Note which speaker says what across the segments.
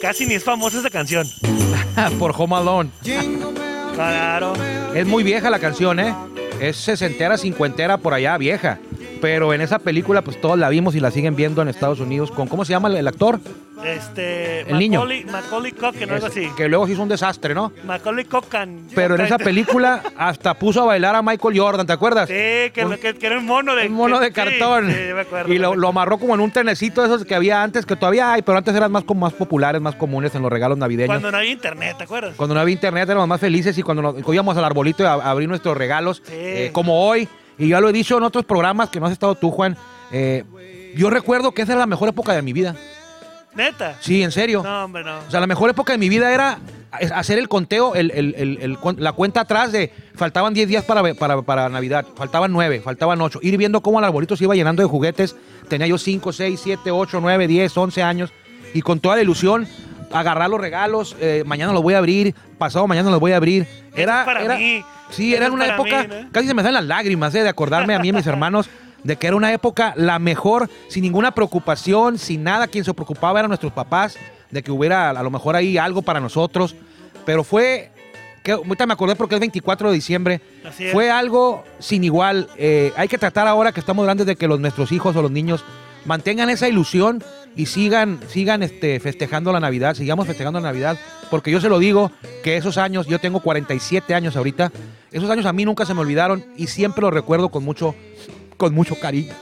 Speaker 1: casi ni es famosa esa canción.
Speaker 2: por Home Alone.
Speaker 1: Claro.
Speaker 2: Es muy vieja la canción, ¿eh? Es sesentera, cincuentera, por allá, vieja. Pero en esa película, pues todos la vimos y la siguen viendo en Estados Unidos con, ¿cómo se llama el, el actor?
Speaker 1: Este.
Speaker 2: El niño.
Speaker 1: Macaulay, Macaulay Culkin, algo
Speaker 2: Es-
Speaker 1: así.
Speaker 2: Que luego se hizo un desastre, ¿no?
Speaker 1: Macaulay Culkin.
Speaker 2: Pero en esa película hasta puso a bailar a Michael Jordan, ¿te acuerdas?
Speaker 1: Sí, que,
Speaker 2: Un-
Speaker 1: que- que era un mono de.
Speaker 2: Un mono de
Speaker 1: sí,
Speaker 2: cartón.
Speaker 1: Sí, yo me acuerdo.
Speaker 2: y lo, lo amarró como en un tenecito de esos que había antes, que todavía hay, pero antes eran más, como más populares, más comunes en los regalos navideños.
Speaker 1: Cuando no había internet, ¿te acuerdas?
Speaker 2: Cuando no había internet éramos más felices y cuando nos íbamos al arbolito a, a abrir nuestros regalos,
Speaker 1: Sí.
Speaker 2: eh, como hoy, y ya lo he dicho en otros programas que no has estado tú, Juan, eh, yo recuerdo que esa era la mejor época de mi vida.
Speaker 1: Neta.
Speaker 2: Sí, en serio.
Speaker 1: No, hombre, no.
Speaker 2: O sea, la mejor época de mi vida era ha- hacer el conteo, el- el- el- el cuen- la cuenta atrás de faltaban 10 días para, ve- para, para Navidad, faltaban 9, faltaban 8. Ir viendo cómo el arbolito se iba llenando de juguetes. Tenía yo 5, 6, 7, 8, 9, 10, 11 años. Y con toda la ilusión, agarrar los regalos. eh, mañana los voy a abrir, pasado mañana los voy a abrir. Era,
Speaker 1: es para
Speaker 2: era-
Speaker 1: mí.
Speaker 2: Sí,
Speaker 1: Eso
Speaker 2: era
Speaker 1: es
Speaker 2: una
Speaker 1: para
Speaker 2: época.
Speaker 1: mí, ¿no?
Speaker 2: Casi se me salen las lágrimas eh, de acordarme a mí y a mis hermanos de que era una época la mejor, sin ninguna preocupación, sin nada. Quien se preocupaba eran nuestros papás, de que hubiera a lo mejor ahí algo para nosotros. Pero fue, que ahorita me acordé porque es 24 de diciembre,
Speaker 1: Así es.
Speaker 2: fue algo sin igual. Eh, hay que tratar ahora que estamos grandes de que los, nuestros hijos o los niños mantengan esa ilusión y sigan, sigan este, festejando la Navidad, sigamos festejando la Navidad, porque yo se lo digo que esos años, yo tengo 47 años ahorita, esos años a mí nunca se me olvidaron y siempre los recuerdo con mucho, con mucho cariño.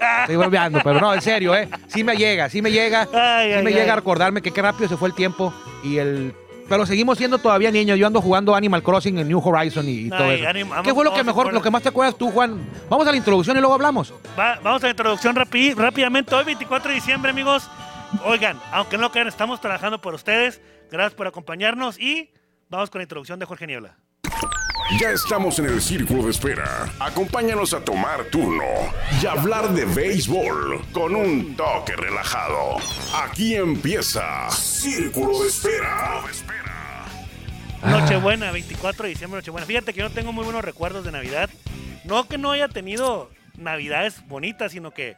Speaker 1: Ah.
Speaker 2: Estoy bromeando, pero no, en serio, ¿eh? Sí me llega, sí me llega,
Speaker 1: Ay,
Speaker 2: sí
Speaker 1: ay,
Speaker 2: me
Speaker 1: ay.
Speaker 2: llega a recordarme que qué rápido se fue el tiempo y el... Pero seguimos siendo todavía niños. Yo ando jugando Animal Crossing en New Horizon y, y todo
Speaker 1: Ay,
Speaker 2: eso.
Speaker 1: Animal
Speaker 2: ¿Qué fue lo que
Speaker 1: Crossing,
Speaker 2: mejor,
Speaker 1: bueno.
Speaker 2: lo que más te acuerdas tú, Juan? Vamos a la introducción y luego hablamos.
Speaker 1: Va- vamos a la introducción rapi- rápidamente. Hoy, 24 de diciembre, amigos. Oigan, aunque no lo crean, estamos trabajando por ustedes. Gracias por acompañarnos y vamos con la introducción de Jorge Niebla.
Speaker 3: Ya estamos en el círculo de espera. Acompáñanos a tomar turno y hablar de béisbol con un toque relajado. Aquí empieza Círculo de Espera.
Speaker 1: Nochebuena, 24 de diciembre, Nochebuena. Fíjate que yo no tengo muy buenos recuerdos de Navidad. No que no haya tenido Navidades bonitas, sino que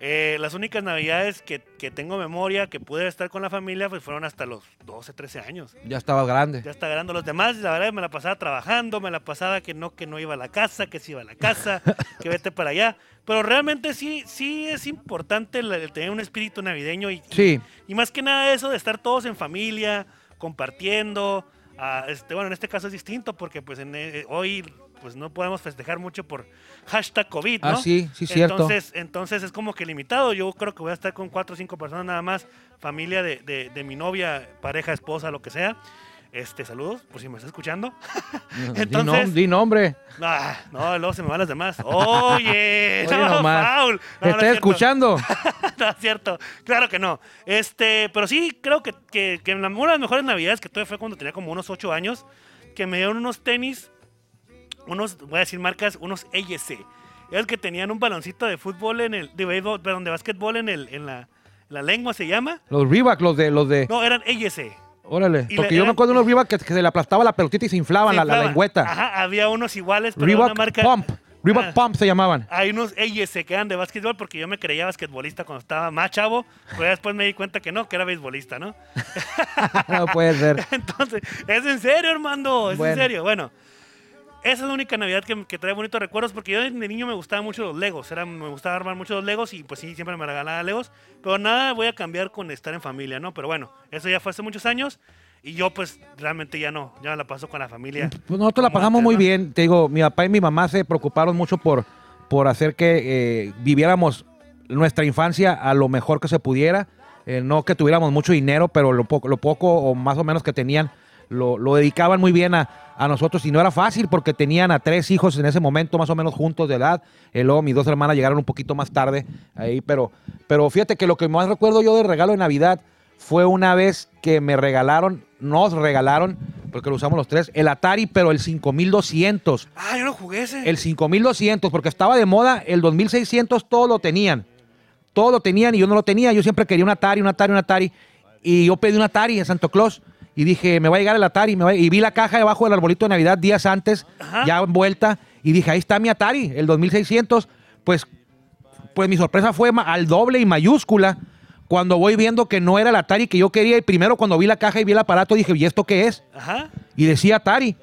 Speaker 1: eh, las únicas Navidades que, que tengo memoria, que pude estar con la familia, pues fueron hasta los 12, 13 años.
Speaker 2: Ya estabas grande.
Speaker 1: Ya está ganando los demás, la verdad me la pasaba trabajando, me la pasaba que no, que no iba a la casa, que sí iba a la casa, que vete para allá. Pero realmente sí, sí es importante el, el tener un espíritu navideño y,
Speaker 2: Sí.
Speaker 1: y más que nada eso de estar todos en familia, compartiendo. ah, este, bueno, en este caso es distinto porque pues en, eh, hoy pues no podemos festejar mucho por hashtag COVID, ¿no?
Speaker 2: Ah, sí, sí, cierto.
Speaker 1: Entonces, entonces es como que limitado. Yo creo que voy a estar con cuatro o cinco personas nada más, familia de, de- de mi novia, pareja, esposa, lo que sea. Este, saludos, por si me está escuchando.
Speaker 2: di, nom-
Speaker 1: Entonces,
Speaker 2: di nombre.
Speaker 1: ah, no, luego se me van las demás. Oye,
Speaker 2: Oye,
Speaker 1: no,
Speaker 2: nomás.
Speaker 1: Paul. No,
Speaker 2: ¿Te
Speaker 1: no es
Speaker 2: estás
Speaker 1: cierto.
Speaker 2: escuchando?
Speaker 1: no es cierto. Claro que no. Este, pero sí creo que, que, que la- una de las mejores navidades que tuve fue cuando tenía como unos 8 años, que me dieron unos tenis, unos, voy a decir marcas, unos EYC. Esos que tenían un baloncito de fútbol en el, de béisbol, perdón, de básquetbol en el, en la, la lengua se llama.
Speaker 2: Los Reebok, los de, los de.
Speaker 1: No, eran EYC.
Speaker 2: Órale.
Speaker 1: y la-
Speaker 2: Porque yo me
Speaker 1: eran-
Speaker 2: acuerdo de unos Reebok que, que se le aplastaba la pelotita y se inflaban
Speaker 1: Se
Speaker 2: Ah, la, la
Speaker 1: inflaban.
Speaker 2: lengüeta.
Speaker 1: Ajá, había unos iguales, pero era
Speaker 2: Reebok
Speaker 1: una marca.
Speaker 2: Pump. Reebok
Speaker 1: Ah.
Speaker 2: Pump se llamaban.
Speaker 1: Hay unos ellos se quedan de básquetbol porque yo me creía basquetbolista cuando estaba más chavo, pero ya después me di cuenta que no, que era beisbolista, ¿no?
Speaker 2: no puede ser.
Speaker 1: Entonces, es en serio, Armando, es en
Speaker 2: Bueno.
Speaker 1: serio. Bueno, esa es la única Navidad que, que trae bonitos recuerdos porque yo de niño me gustaban mucho los Legos, era, me gustaba armar mucho los Legos y pues sí, siempre me regalaba Legos, pero nada voy a cambiar con estar en familia, ¿no? Pero bueno, eso ya fue hace muchos años y yo pues realmente ya no, ya la paso con la familia.
Speaker 2: Pues nosotros la
Speaker 1: Como
Speaker 2: pasamos
Speaker 1: antes,
Speaker 2: muy
Speaker 1: ¿no?
Speaker 2: bien. Te digo, mi papá y mi mamá se preocuparon mucho por, por hacer que eh, viviéramos nuestra infancia a lo mejor que se pudiera. Eh, no que tuviéramos mucho dinero, pero lo, poco- lo poco o más o menos que tenían lo, lo dedicaban muy bien a, a nosotros. Y no era fácil porque tenían a tres hijos en ese momento, más o menos juntos de edad. Eh, luego mis dos hermanas llegaron un poquito más tarde ahí. Pero, pero fíjate que lo que más recuerdo yo del regalo de Navidad fue una vez que me regalaron, nos regalaron, porque lo usamos los tres, el Atari, pero el 5200.
Speaker 1: Ah, yo no jugué ese.
Speaker 2: El 5200, porque estaba de moda, el 2600 todo lo tenían. Todo lo tenían y yo no lo tenía. Yo siempre quería un Atari, un Atari, un Atari. Y yo pedí un Atari en Santo Claus. Y dije, me va a llegar el Atari. me va a- Y vi la caja debajo del arbolito de Navidad días antes,
Speaker 1: Ajá.
Speaker 2: ya envuelta. Y dije, ahí está mi Atari, el 2600. Pues, pues mi sorpresa fue ma- al doble y mayúscula. Cuando voy viendo que no era el Atari que yo quería, y primero cuando vi la caja y vi el aparato, dije, ¿y esto qué es?
Speaker 1: Ajá.
Speaker 2: Y decía Atari,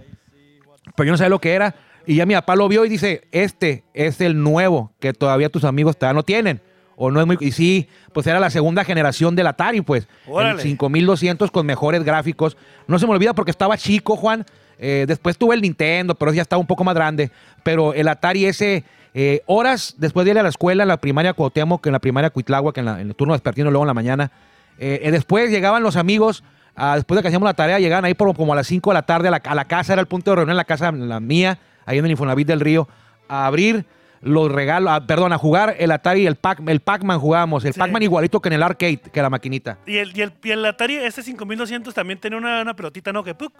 Speaker 2: pero yo no sabía lo que era. Y ya mi papá lo vio y dice, este es el nuevo que todavía tus amigos todavía no tienen. O no es muy... Y sí, pues era la segunda generación del Atari, pues. el
Speaker 1: Órale.
Speaker 2: 5200 con mejores gráficos. No se me olvida porque estaba chico, Juan. Eh, después tuve el Nintendo, pero ese ya estaba un poco más grande. Pero el Atari ese, eh, horas después de ir a la escuela, en la primaria Cuauhtémoc, en la primaria Cuitláhuac, en, la- en el turno despertino, luego en la mañana. Eh, eh, después llegaban los amigos, ah, después de que hacíamos la tarea, llegaban ahí por, como a las 5 de la tarde a la, a la casa, era el punto de reunión, la casa la mía, ahí en el Infonavit del Río, a abrir los regalos, a- perdón, a jugar el Atari, el, Pac, el Pac-Man jugábamos, el
Speaker 1: Sí.
Speaker 2: Pac-Man igualito que en el arcade, que la maquinita.
Speaker 1: Y el, y el, y el Atari, este 5200 también tenía una, una pelotita, ¿no? Que puk,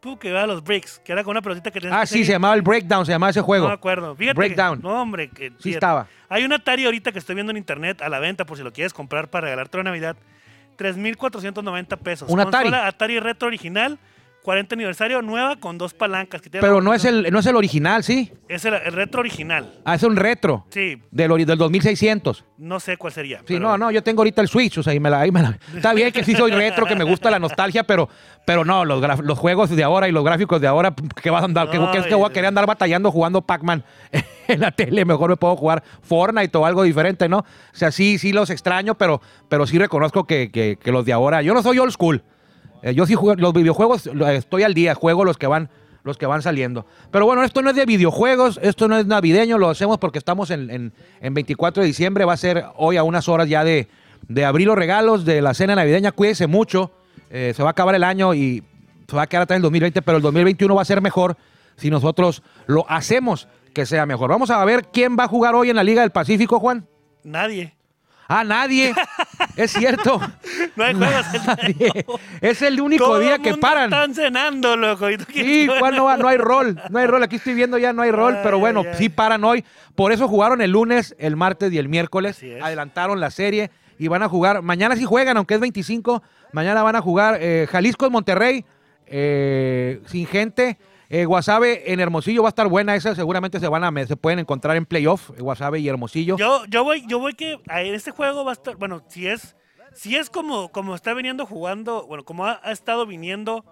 Speaker 1: puk, que iba a los bricks, que era con una pelotita que tenías
Speaker 2: Ah,
Speaker 1: que
Speaker 2: sí, se
Speaker 1: seguir.
Speaker 2: llamaba el Breakdown, se llamaba ese juego.
Speaker 1: No me acuerdo. Fíjate que-
Speaker 2: Breakdown.
Speaker 1: no, hombre. Que,
Speaker 2: Sí estaba.
Speaker 1: Hay un Atari ahorita que estoy viendo en internet a la venta por si lo quieres comprar para regalarte una Navidad. 3,490 pesos.
Speaker 2: Un Atari.
Speaker 1: Consola Atari Retro original, 40 aniversario, nueva con dos palancas. Que tiene
Speaker 2: Pero
Speaker 1: la-
Speaker 2: no es, el, no es el original, ¿sí?
Speaker 1: Es el, el Retro original.
Speaker 2: Ah, es un retro
Speaker 1: Sí,
Speaker 2: del, ori- del 2600.
Speaker 1: no sé cuál sería.
Speaker 2: Sí,
Speaker 1: pero-
Speaker 2: no, no, yo tengo ahorita el Switch, o sea, ahí me la, ahí me la- Está bien que sí soy retro, que me gusta la nostalgia, pero, pero no, los, graf- los juegos de ahora y los gráficos de ahora, que vas a andar, que, que es que voy a querer andar batallando jugando Pac-Man en la tele, mejor me puedo jugar Fortnite o algo diferente, ¿no? O sea, sí, sí los extraño, pero, pero sí reconozco que, que- que los de ahora, yo no soy old school. Eh, yo sí juego, los videojuegos lo- estoy al día, juego los que van los que van saliendo. Pero bueno, esto no es de videojuegos, esto no es navideño, lo hacemos porque estamos en, en- en 24 de diciembre, va a ser hoy a unas horas ya de, de abrir los regalos de la cena navideña, cuídense mucho, eh, se va a acabar el año y se va a quedar atrás el 2020, pero el 2021 va a ser mejor si nosotros lo hacemos que sea mejor. Vamos a ver quién va a jugar hoy en la Liga del Pacífico, Juan.
Speaker 1: Nadie.
Speaker 2: Ah, nadie. es cierto.
Speaker 1: No hay juegos.
Speaker 2: Nadie. Es el único
Speaker 1: Todo el
Speaker 2: día que
Speaker 1: mundo
Speaker 2: paran.
Speaker 1: Están cenando, loco. ¿y tú qué
Speaker 2: Sí,
Speaker 1: quieres?
Speaker 2: Juan, no, va- no hay rol, no hay rol. Aquí estoy viendo ya, no hay rol,
Speaker 1: Ay,
Speaker 2: pero bueno,
Speaker 1: ay, ay.
Speaker 2: sí paran hoy. Por eso jugaron el lunes, el martes y el miércoles.
Speaker 1: Así es.
Speaker 2: Adelantaron la serie y van a jugar. Mañana sí juegan, aunque es 25. Mañana van a jugar eh, Jalisco en Monterrey, eh, sin gente. Eh, Guasave en Hermosillo va a estar buena esa. Seguramente se van a me- se pueden encontrar en playoff, eh, Guasave y Hermosillo.
Speaker 1: Yo, yo voy, yo voy que a este juego va a estar, bueno, si es, si es como, como está viniendo jugando, bueno, como ha, ha estado viniendo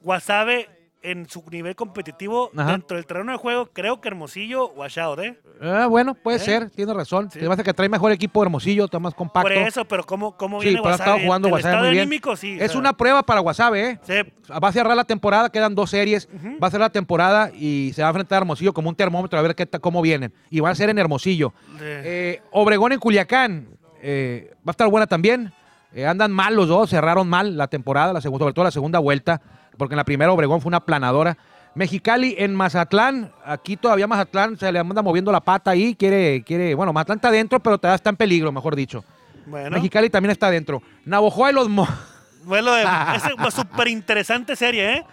Speaker 1: Wasabe en su nivel competitivo
Speaker 2: Ajá.
Speaker 1: dentro del terreno de juego, creo que Hermosillo o Ashaod, ¿eh?
Speaker 2: Ah, bueno, puede
Speaker 1: ¿Eh?
Speaker 2: ser, tiene razón.
Speaker 1: Sí.
Speaker 2: Se me hace que trae mejor equipo Hermosillo, está más compacto.
Speaker 1: Por eso, pero cómo, cómo
Speaker 2: sí,
Speaker 1: viene
Speaker 2: pero ha
Speaker 1: Wasabe.
Speaker 2: estado jugando
Speaker 1: el
Speaker 2: Guasave
Speaker 1: estado
Speaker 2: muy bien.
Speaker 1: anímico, sí, o
Speaker 2: es
Speaker 1: sea,
Speaker 2: una prueba para Guasave, ¿eh?
Speaker 1: se-
Speaker 2: Va a cerrar la temporada, quedan dos series. Va a ser la temporada y se va a enfrentar a Hermosillo como un termómetro a ver qué ta- cómo vienen. Y va a ser en Hermosillo. Eh, Obregón en Culiacán eh, va a estar buena también. Eh, andan mal los dos, cerraron mal la temporada, la segunda, sobre todo la segunda vuelta, porque en la primera Obregón fue una planadora. Mexicali en Mazatlán, aquí todavía Mazatlán se le anda moviendo la pata ahí, quiere, quiere, bueno, Mazatlán está adentro, pero todavía está en peligro, mejor dicho.
Speaker 1: bueno,
Speaker 2: Mexicali también está adentro. Navojoa y los... Mo-
Speaker 1: vuelo de, es súper interesante serie, ¿eh?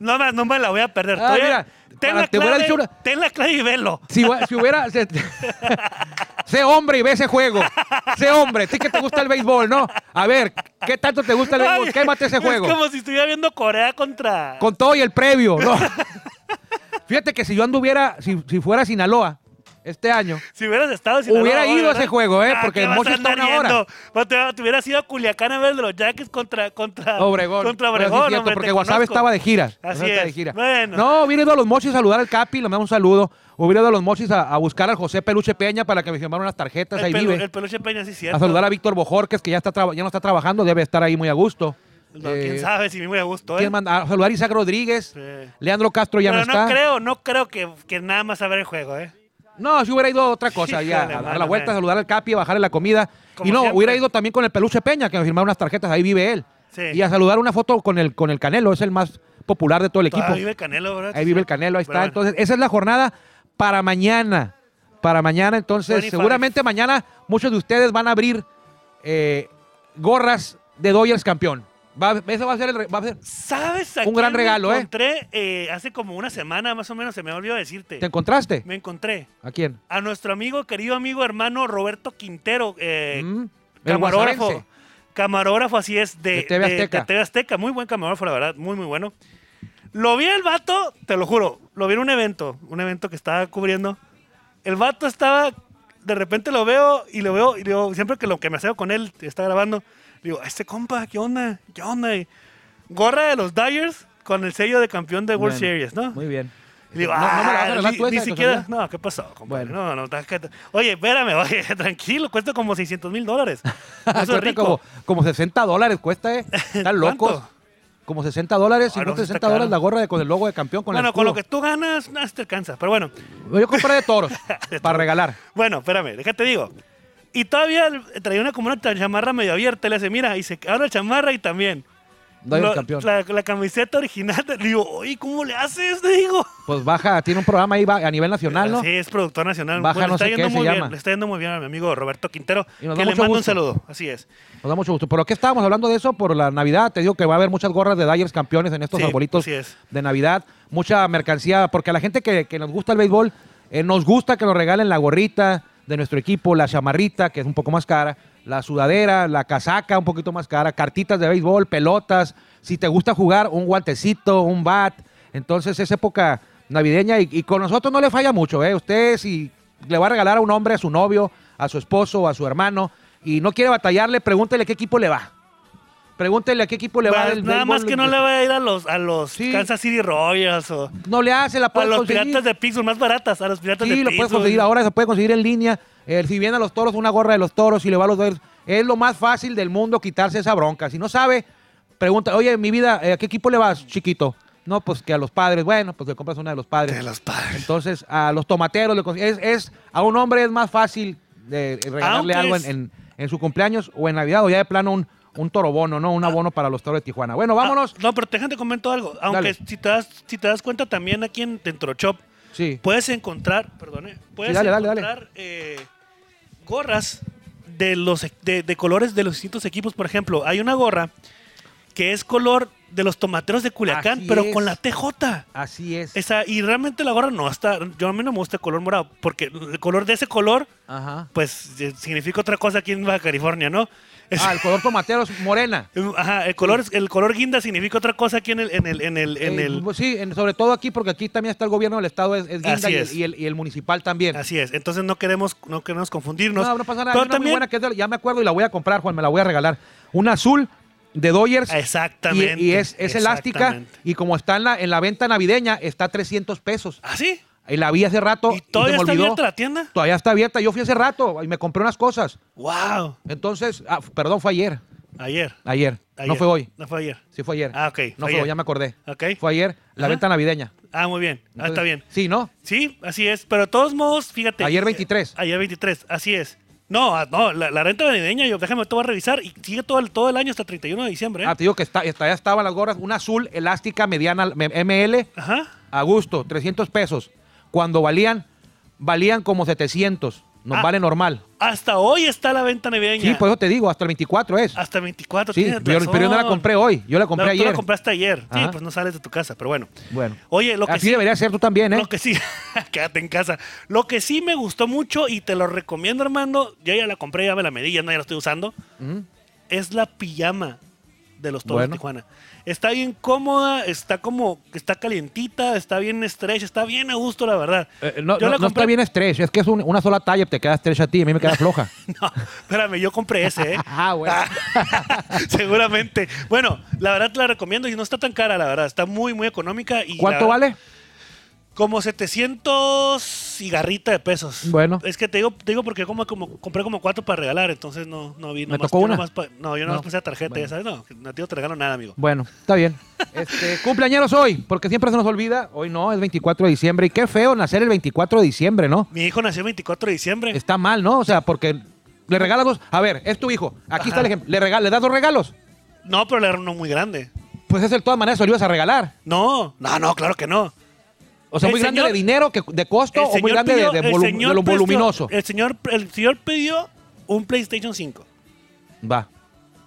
Speaker 1: No, más, no me la voy a perder.
Speaker 2: Ah,
Speaker 1: Todavía-
Speaker 2: mira,
Speaker 1: ten,
Speaker 2: para-
Speaker 1: la
Speaker 2: te voy a dar
Speaker 1: clave,
Speaker 2: chura-
Speaker 1: ten la clave y velo.
Speaker 2: Si, hua- si hubiera. se- sé hombre y ve ese juego. Sé hombre. Sí que te gusta el béisbol, ¿no? A ver, ¿qué tanto te gusta el béisbol?
Speaker 1: Ay,
Speaker 2: Quémate ese
Speaker 1: Es
Speaker 2: juego.
Speaker 1: como si estuviera viendo Corea contra.
Speaker 2: Con todo y el previo, ¿no? Fíjate que si yo anduviera, si, si fuera a Sinaloa este año,
Speaker 1: Si hubieras estado, si
Speaker 2: Hubiera ido a ese juego, ¿eh? Porque el
Speaker 1: el
Speaker 2: Mocho está una hora.
Speaker 1: Te, te hubieras ido a Culiacán a ver el de los Jackets contra, contra
Speaker 2: Obregón.
Speaker 1: Contra
Speaker 2: Pero sí es
Speaker 1: Obregón,
Speaker 2: cierto,
Speaker 1: hombre, te
Speaker 2: porque Guasave
Speaker 1: conozco.
Speaker 2: estaba de gira.
Speaker 1: Así
Speaker 2: Guasave está
Speaker 1: es.
Speaker 2: de gira.
Speaker 1: Bueno.
Speaker 2: No, hubiera ido a los mochis a saludar al Capi, le mandamos un saludo. Hubiera ido a los mochis a, a buscar al José Peluche Peña para que me firmaran unas tarjetas.
Speaker 1: el,
Speaker 2: ahí
Speaker 1: pelu-
Speaker 2: vive.
Speaker 1: el peluche Peña, sí, cierto.
Speaker 2: a saludar a Víctor Bojorquez, que ya, está traba- ya no está trabajando, debe estar ahí muy a gusto.
Speaker 1: No,
Speaker 2: Eh,
Speaker 1: quién sabe si me hubiera gustado.
Speaker 2: ¿quién manda? A saludar a Isaac Rodríguez.
Speaker 1: ¿eh? Sí.
Speaker 2: Leandro Castro ya
Speaker 1: Pero
Speaker 2: no está.
Speaker 1: no creo, no creo que, que nada más a ver el juego, ¿eh?
Speaker 2: No, si hubiera ido a otra cosa, ya,
Speaker 1: Híjole,
Speaker 2: a dar la
Speaker 1: mano,
Speaker 2: vuelta,
Speaker 1: eh.
Speaker 2: saludar al Capi, bajarle la comida.
Speaker 1: Como
Speaker 2: y no,
Speaker 1: siempre.
Speaker 2: hubiera ido también con el peluche Peña, que me firmaron unas tarjetas, ahí vive él.
Speaker 1: Sí.
Speaker 2: Y a saludar una foto con el, con el Canelo, es el más popular de todo el equipo.
Speaker 1: Todavía vive el Canelo, ¿verdad?
Speaker 2: Ahí vive el Canelo, ahí
Speaker 1: Pero
Speaker 2: está.
Speaker 1: bueno.
Speaker 2: Entonces, esa es la jornada para mañana. Para mañana, entonces,
Speaker 1: 25.
Speaker 2: seguramente mañana muchos de ustedes van a abrir eh, gorras de Doyers campeón. Va, eso va a ser el. re- Va a ser,
Speaker 1: ¿Sabes a
Speaker 2: Un gran
Speaker 1: quién me
Speaker 2: regalo, ¿eh?
Speaker 1: encontré eh, hace como una semana más o menos, se me olvidó decirte.
Speaker 2: ¿Te encontraste?
Speaker 1: Me encontré
Speaker 2: ¿A quién?
Speaker 1: a nuestro amigo, querido amigo, hermano Roberto Quintero, eh,
Speaker 2: Mm, el
Speaker 1: camarógrafo.
Speaker 2: guasavense.
Speaker 1: Camarógrafo, así es, de,
Speaker 2: De TV
Speaker 1: de- de
Speaker 2: Azteca.
Speaker 1: TV Azteca. Muy buen camarógrafo, la verdad, muy, muy bueno. Lo vi el vato, te lo juro, lo vi en un evento, un evento que estaba cubriendo. El vato estaba de repente lo veo y lo veo, y digo, siempre que lo que me haceo con él está grabando, digo, este compa, ¿qué onda? ¿Qué onda? Y gorra de los Dyers con el sello de campeón de World
Speaker 2: Bueno,
Speaker 1: Series, ¿no?
Speaker 2: Muy bien.
Speaker 1: Y digo,
Speaker 2: No, no me la vas a
Speaker 1: "Ah,
Speaker 2: arreglar
Speaker 1: ni-
Speaker 2: tú esa
Speaker 1: ni
Speaker 2: de
Speaker 1: siquiera.
Speaker 2: casualidad".
Speaker 1: No, ¿qué pasó? compadre?
Speaker 2: Bueno.
Speaker 1: No, no, está- Oye, espérame, oye, tranquilo, cuesta como 600 mil dólares. Eso es
Speaker 2: Cuesta
Speaker 1: rico.
Speaker 2: Como, como 60 dólares cuesta, ¿eh? Están locos.
Speaker 1: ¿Cuánto?
Speaker 2: Como 60 dólares,
Speaker 1: Ah, no,
Speaker 2: 50,
Speaker 1: sí está
Speaker 2: 60 dólares
Speaker 1: caro.
Speaker 2: la gorra de- con el logo de campeón. Con el
Speaker 1: bueno, con lo que
Speaker 2: escudo.
Speaker 1: tú ganas, nada, se te alcanza. Pero bueno,
Speaker 2: Yo compré de toros para regalar.
Speaker 1: bueno, espérame, déjate digo. Y todavía el- traía una como una chamarra medio abierta. y Le hace, mira, y se abre la chamarra y también.
Speaker 2: Doy
Speaker 1: Lo-
Speaker 2: el campeón.
Speaker 1: La, la camiseta original, le digo, oye, ¿cómo le haces? Le digo.
Speaker 2: Pues baja, tiene un programa ahí va- a nivel nacional, ¿no?
Speaker 1: Sí, es productor nacional.
Speaker 2: Baja
Speaker 1: Bueno,
Speaker 2: no
Speaker 1: está
Speaker 2: sé
Speaker 1: yendo
Speaker 2: qué
Speaker 1: muy
Speaker 2: se
Speaker 1: bien,
Speaker 2: llama.
Speaker 1: Le está yendo muy bien a mi amigo Roberto Quintero,
Speaker 2: Y
Speaker 1: que
Speaker 2: nos
Speaker 1: le
Speaker 2: da
Speaker 1: mando
Speaker 2: mucho
Speaker 1: un
Speaker 2: gusto.
Speaker 1: saludo. Así es.
Speaker 2: Nos da mucho gusto. Pero ¿qué estábamos hablando de eso? Por la Navidad. Te digo que va a haber muchas gorras de Dyers campeones en estos
Speaker 1: Sí,
Speaker 2: arbolitos
Speaker 1: así es.
Speaker 2: de Navidad. Mucha mercancía. Porque a la gente que, que nos gusta el béisbol, eh, nos gusta que nos regalen la gorrita de nuestro equipo, la chamarrita, que es un poco más cara, la sudadera, la casaca, un poquito más cara, cartitas de béisbol, pelotas. Si te gusta jugar, un guantecito, un bat. Entonces es época navideña y, y con nosotros no le falla mucho. ¿eh? Usted si le va a regalar a un hombre, a su novio, a su esposo, a su hermano, y no quiere batallarle, pregúntele qué equipo le va. Pregúntele a qué equipo le va.
Speaker 1: Pues,
Speaker 2: del
Speaker 1: nada
Speaker 2: béisbol.
Speaker 1: más que no le vaya a ir a los, a los
Speaker 2: Sí.
Speaker 1: Kansas City Royals o
Speaker 2: No le hace, la
Speaker 1: a
Speaker 2: puedes
Speaker 1: los
Speaker 2: conseguir.
Speaker 1: piratas de Pixel más baratas. A los piratas de
Speaker 2: Sí, lo
Speaker 1: Pittsburgh.
Speaker 2: puedes conseguir ahora, se puede conseguir en línea. Eh, si viene a los toros, una gorra de los toros y le va a los Dodgers. Es lo más fácil del mundo quitarse esa bronca. Si no sabe, pregunta, oye, mi vida, eh, ¿a qué equipo le vas, chiquito? No, pues que a los padres. Bueno, pues le compras una de los padres.
Speaker 1: De los padres.
Speaker 2: Entonces, a los tomateros, le cons- es, es- a un hombre es más fácil de
Speaker 1: Aunque
Speaker 2: regalarle algo en,
Speaker 1: es-
Speaker 2: en- en su cumpleaños o en Navidad o ya de plano un, un torobono, ¿no? Un abono para los toros de Tijuana. Bueno, vámonos.
Speaker 1: Ah, no, pero déjame te comento algo. Aunque
Speaker 2: Dale.
Speaker 1: si te, das, si te das cuenta también aquí en Dentro Shop,
Speaker 2: Sí.
Speaker 1: puedes encontrar, perdone, puedes
Speaker 2: dale, dale, dale.
Speaker 1: encontrar eh, gorras de los e- de, de colores de los distintos equipos. Por ejemplo, hay una gorra que es color de los tomateros de Culiacán,
Speaker 2: Así
Speaker 1: pero
Speaker 2: es.
Speaker 1: con la TJ.
Speaker 2: Así es.
Speaker 1: Esa, y realmente la gorra no está. Yo a mí no me gusta el color morado, porque el color de ese color,
Speaker 2: Ajá.
Speaker 1: pues eh, significa otra cosa aquí en Baja California, ¿no? Es-
Speaker 2: Ah, el color tomatero es morena.
Speaker 1: Ajá, el color, el color guinda significa otra cosa aquí en el, en el, en el, en
Speaker 2: Eh,
Speaker 1: el-
Speaker 2: pues sí, en- sobre todo aquí, porque aquí también está el gobierno del estado, es, es guinda
Speaker 1: Así
Speaker 2: y, el-
Speaker 1: es.
Speaker 2: y el, y el municipal también.
Speaker 1: así es. Entonces no queremos, no queremos confundirnos.
Speaker 2: pues. No, no pasa nada.
Speaker 1: Pero
Speaker 2: Hay una muy
Speaker 1: también-
Speaker 2: buena que es de- ya me acuerdo y la voy a comprar, Juan, me la voy a regalar. Una azul de Doyers.
Speaker 1: Exactamente,
Speaker 2: Y, y es, es elástica.
Speaker 1: exactamente.
Speaker 2: Y como está en la, en la venta navideña, está a 300 pesos.
Speaker 1: ¿Ah, sí?
Speaker 2: Y la vi hace rato.
Speaker 1: ¿Y todavía
Speaker 2: se me
Speaker 1: está
Speaker 2: olvidó.
Speaker 1: abierta la tienda?
Speaker 2: Todavía está abierta. Yo fui hace rato y me compré unas cosas.
Speaker 1: ¡Wow!
Speaker 2: Entonces, ah, f- perdón, fue ayer.
Speaker 1: Ayer,
Speaker 2: Ayer. No
Speaker 1: ayer.
Speaker 2: fue hoy.
Speaker 1: No fue ayer.
Speaker 2: Sí, fue ayer.
Speaker 1: Ah, ok, fue
Speaker 2: No fue,
Speaker 1: ayer.
Speaker 2: hoy, ya me acordé.
Speaker 1: Ok.
Speaker 2: Fue ayer, la
Speaker 1: Ajá.
Speaker 2: venta navideña.
Speaker 1: Ah, muy bien. Ah,
Speaker 2: Entonces,
Speaker 1: está bien.
Speaker 2: Sí, ¿no?
Speaker 1: Sí, así es. Pero de todos modos, fíjate.
Speaker 2: Ayer
Speaker 1: eh,
Speaker 2: 23.
Speaker 1: ayer 23, así es. No, ah, no, la, la renta navideña, yo déjame, te voy a revisar y sigue todo el, todo el año hasta el 31 de diciembre. ¿eh?
Speaker 2: Ah, te digo que está, está- ya estaban las gorras, una azul elástica mediana me- ML,
Speaker 1: Ajá.
Speaker 2: a gusto, 300 pesos. Cuando valían, valían como 700, nos
Speaker 1: Ah.
Speaker 2: vale normal.
Speaker 1: Hasta hoy está la venta navideña.
Speaker 2: Sí, por eso te digo, hasta el 24 es.
Speaker 1: Hasta el 24,
Speaker 2: Sí,
Speaker 1: tienes
Speaker 2: pero, pero yo no la
Speaker 1: Ah, razón.
Speaker 2: compré hoy, yo la compré
Speaker 1: No,
Speaker 2: ayer.
Speaker 1: Tú la compraste ayer. Sí,
Speaker 2: Ajá.
Speaker 1: pues no sales de tu casa, pero bueno.
Speaker 2: Bueno,
Speaker 1: Oye, lo que
Speaker 2: así
Speaker 1: sí-
Speaker 2: debería ser tú también, ¿eh?
Speaker 1: Lo que sí, quédate en casa. Lo que sí me gustó mucho y te lo recomiendo, Armando. Yo ya la compré, ya me la medí, ya no ya la estoy usando. Es la pijama de los toros
Speaker 2: Bueno.
Speaker 1: de Tijuana. Está bien cómoda, está como, está calientita, está bien estrecha, está bien a gusto, la verdad.
Speaker 2: Eh, no,
Speaker 1: Yo
Speaker 2: no-
Speaker 1: la
Speaker 2: no está
Speaker 1: compré-
Speaker 2: bien estrecho, es que es un- una sola talla, te queda estrecha a ti, a mí me queda floja.
Speaker 1: No, espérame, yo compré ese, ¿eh?
Speaker 2: Ah, bueno.
Speaker 1: Seguramente. Bueno, la verdad te la recomiendo y no está tan cara, la verdad. Está muy, muy económica. Y la
Speaker 2: ¿Cuánto
Speaker 1: verdad-
Speaker 2: vale?
Speaker 1: Como 700 cigarrita de pesos.
Speaker 2: Bueno.
Speaker 1: Es que te digo, te digo porque como, como compré como cuatro para regalar, entonces no, no vi.
Speaker 2: ¿Me
Speaker 1: nomás-
Speaker 2: tocó
Speaker 1: yo
Speaker 2: una?
Speaker 1: nomás pa- no, yo no
Speaker 2: No.
Speaker 1: más puse la tarjeta,
Speaker 2: Bueno.
Speaker 1: ya sabes. No, no tío, te regalo nada, amigo.
Speaker 2: Bueno, está bien. Este, cumpleañeros hoy, porque siempre se nos olvida. Hoy no, es 24 de diciembre. Y qué feo nacer el 24 de diciembre, ¿no?
Speaker 1: Mi hijo nació el 24 de diciembre.
Speaker 2: Está mal, ¿no? O sea, porque le regalas dos. A ver, es tu hijo. Aquí está el ejemplo. ¿Le, rega- le das dos regalos?
Speaker 1: No, pero le dieron uno muy grande.
Speaker 2: Pues es de todas maneras, se lo ibas a regalar.
Speaker 1: No, no, no, claro que no.
Speaker 2: O sea,
Speaker 1: El
Speaker 2: muy grande
Speaker 1: señor-
Speaker 2: de dinero, que, de costo, o muy grande de- de,
Speaker 1: el
Speaker 2: volu-
Speaker 1: señor
Speaker 2: de lo
Speaker 1: pidió-
Speaker 2: voluminoso.
Speaker 1: El señor, el señor pidió un PlayStation 5.
Speaker 2: Va.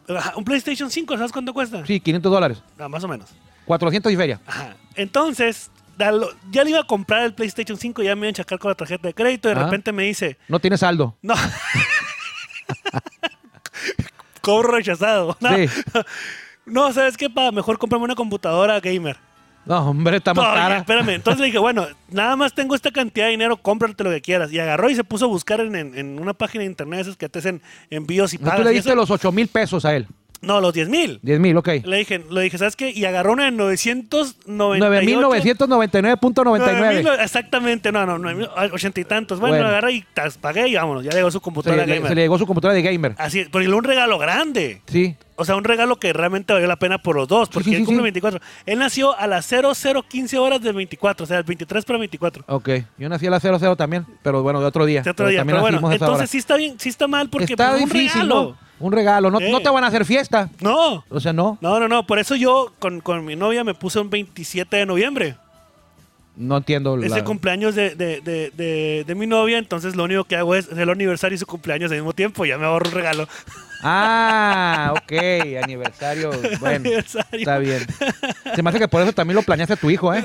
Speaker 1: Ajá, Un PlayStation 5, ¿sabes cuánto cuesta?
Speaker 2: Sí, 500 dólares.
Speaker 1: Ah, más o menos.
Speaker 2: 400 y feria.
Speaker 1: Ajá. Entonces, da lo- ya le iba a comprar el PlayStation 5, ya me iba a enchacar con la tarjeta de crédito y de
Speaker 2: Ah.
Speaker 1: repente me dice,
Speaker 2: No tiene saldo.
Speaker 1: no. Cobro rechazado. No,
Speaker 2: Sí.
Speaker 1: no ¿sabes qué? Pa? Mejor comprarme una computadora gamer.
Speaker 2: No, hombre, está más
Speaker 1: Oye,
Speaker 2: cara.
Speaker 1: Espérame, entonces le dije, bueno, nada más tengo esta cantidad de dinero, cómprate lo que quieras. Y agarró y se puso a buscar en, en- en una página de internet esas que te hacen envíos y
Speaker 2: O sea,
Speaker 1: pagas.
Speaker 2: tú le
Speaker 1: y
Speaker 2: diste
Speaker 1: Ah, eso.
Speaker 2: los 8 mil pesos a él.
Speaker 1: No, los 10 mil.
Speaker 2: 10 mil, ok.
Speaker 1: Le dije, le dije, ¿sabes qué? Y agarró una de 999.
Speaker 2: 9.999.99.
Speaker 1: Exactamente, no, no, 80 y tantos. Bueno,
Speaker 2: Bueno.
Speaker 1: lo agarré y tas- pagué y vámonos. Ya llegó su
Speaker 2: Se
Speaker 1: computadora
Speaker 2: le,
Speaker 1: gamer. Ah.
Speaker 2: se le llegó su computadora de gamer.
Speaker 1: Así, pero y luego un regalo grande.
Speaker 2: Sí.
Speaker 1: O sea, un regalo que realmente valió la pena por los dos, porque
Speaker 2: sí,
Speaker 1: él
Speaker 2: sí,
Speaker 1: cumple
Speaker 2: sí.
Speaker 1: 24. Él nació a las 0015 horas del 24, o sea, el 23 para el 24.
Speaker 2: Ok. Yo nací a las 00 también, pero bueno, de otro día.
Speaker 1: De otro día,
Speaker 2: también
Speaker 1: pero bueno,
Speaker 2: nacimos a esa
Speaker 1: entonces
Speaker 2: hora.
Speaker 1: sí está bien, sí está mal porque
Speaker 2: Está
Speaker 1: pues, un
Speaker 2: difícil,
Speaker 1: regalo.
Speaker 2: ¿no? Un regalo. No,
Speaker 1: Eh.
Speaker 2: no te van a hacer fiesta.
Speaker 1: No.
Speaker 2: O sea, no.
Speaker 1: No, no, no, por eso yo con, con mi novia me puse un 27 de noviembre.
Speaker 2: No entiendo.
Speaker 1: Es
Speaker 2: la-
Speaker 1: el cumpleaños de, de- de- de- de mi novia, entonces lo único que hago es el aniversario y su cumpleaños al mismo tiempo, ya me ahorro un regalo.
Speaker 2: Ah, ok. Aniversario. Bueno.
Speaker 1: Aniversario.
Speaker 2: Está bien. Se me hace que por eso también lo planeaste a tu hijo, ¿eh?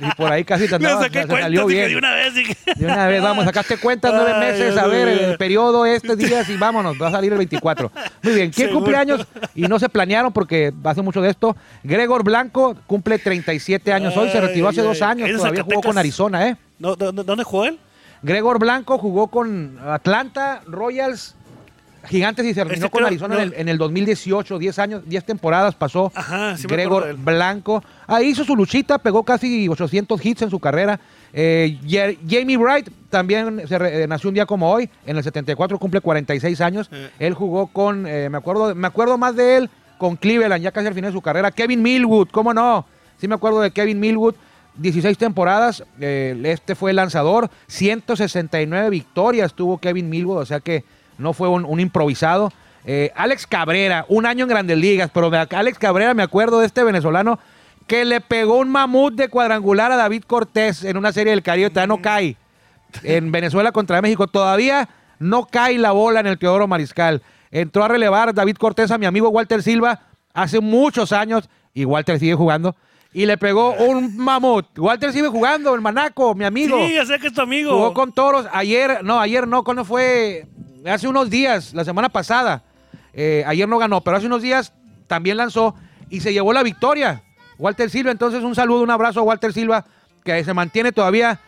Speaker 2: Y por ahí casi te
Speaker 1: Le
Speaker 2: andabas,
Speaker 1: saqué
Speaker 2: se
Speaker 1: cuentas
Speaker 2: salió
Speaker 1: y que
Speaker 2: bien.
Speaker 1: de una vez dije,
Speaker 2: De una vez, vamos, sacaste cuentas nueve
Speaker 1: Ay,
Speaker 2: meses,
Speaker 1: Dios
Speaker 2: a ver,
Speaker 1: mío.
Speaker 2: el periodo, este días y vámonos, va a salir el 24. Muy bien, ¿quién
Speaker 1: Seguro.
Speaker 2: cumple años? Y no se planearon porque hace mucho de esto. Gregor Blanco cumple 37 años hoy, se
Speaker 1: Ay,
Speaker 2: retiró hace
Speaker 1: ay,
Speaker 2: dos
Speaker 1: ay.
Speaker 2: años,
Speaker 1: Es de
Speaker 2: todavía jugó
Speaker 1: Zacatecas.
Speaker 2: con Arizona, ¿eh?
Speaker 1: ¿No, no- no- dónde jugó él?
Speaker 2: Gregor Blanco jugó con Atlanta, Royals, Gigantes y se terminó
Speaker 1: Este
Speaker 2: con
Speaker 1: creo-
Speaker 2: Arizona
Speaker 1: no.
Speaker 2: en, el, en el 2018, 10 años, 10 temporadas pasó
Speaker 1: Ajá, sí me
Speaker 2: Gregor
Speaker 1: acuerdo de él.
Speaker 2: Blanco. Ahí hizo su luchita, pegó casi 800 hits en su carrera. Eh, Jer- Jamie Wright también se re- eh, nació un día como hoy, en el 74 cumple 46 años.
Speaker 1: Eh.
Speaker 2: Él jugó con, eh, me acuerdo me acuerdo más de él, con Cleveland, ya casi al final de su carrera. Kevin Millwood, ¿cómo no? Sí me acuerdo de Kevin Millwood. 16 temporadas, eh, este fue el lanzador, 169 victorias tuvo Kevin Millwood, o sea que no fue un, un improvisado. Eh, Alex Cabrera, un año en Grandes Ligas, pero me- Alex Cabrera, me acuerdo de este venezolano que le pegó un mamut de cuadrangular a David Cortés en una serie del Caribe, todavía no cae en Venezuela contra México. Todavía no cae la bola en el Teodoro Mariscal. Entró a relevar David Cortés a mi amigo Walter Silva hace muchos años y Walter sigue jugando. Y le pegó un mamut. Walter sigue jugando, el manaco, mi amigo.
Speaker 1: Sí, ya sé que es tu amigo.
Speaker 2: Jugó con toros ayer, no, ayer no, ¿cuándo fue? Hace unos días, la semana pasada. Eh, ayer no ganó, pero hace unos días también lanzó y se llevó la victoria. Walter Silva, entonces un saludo, un abrazo a Walter Silva, que se mantiene todavía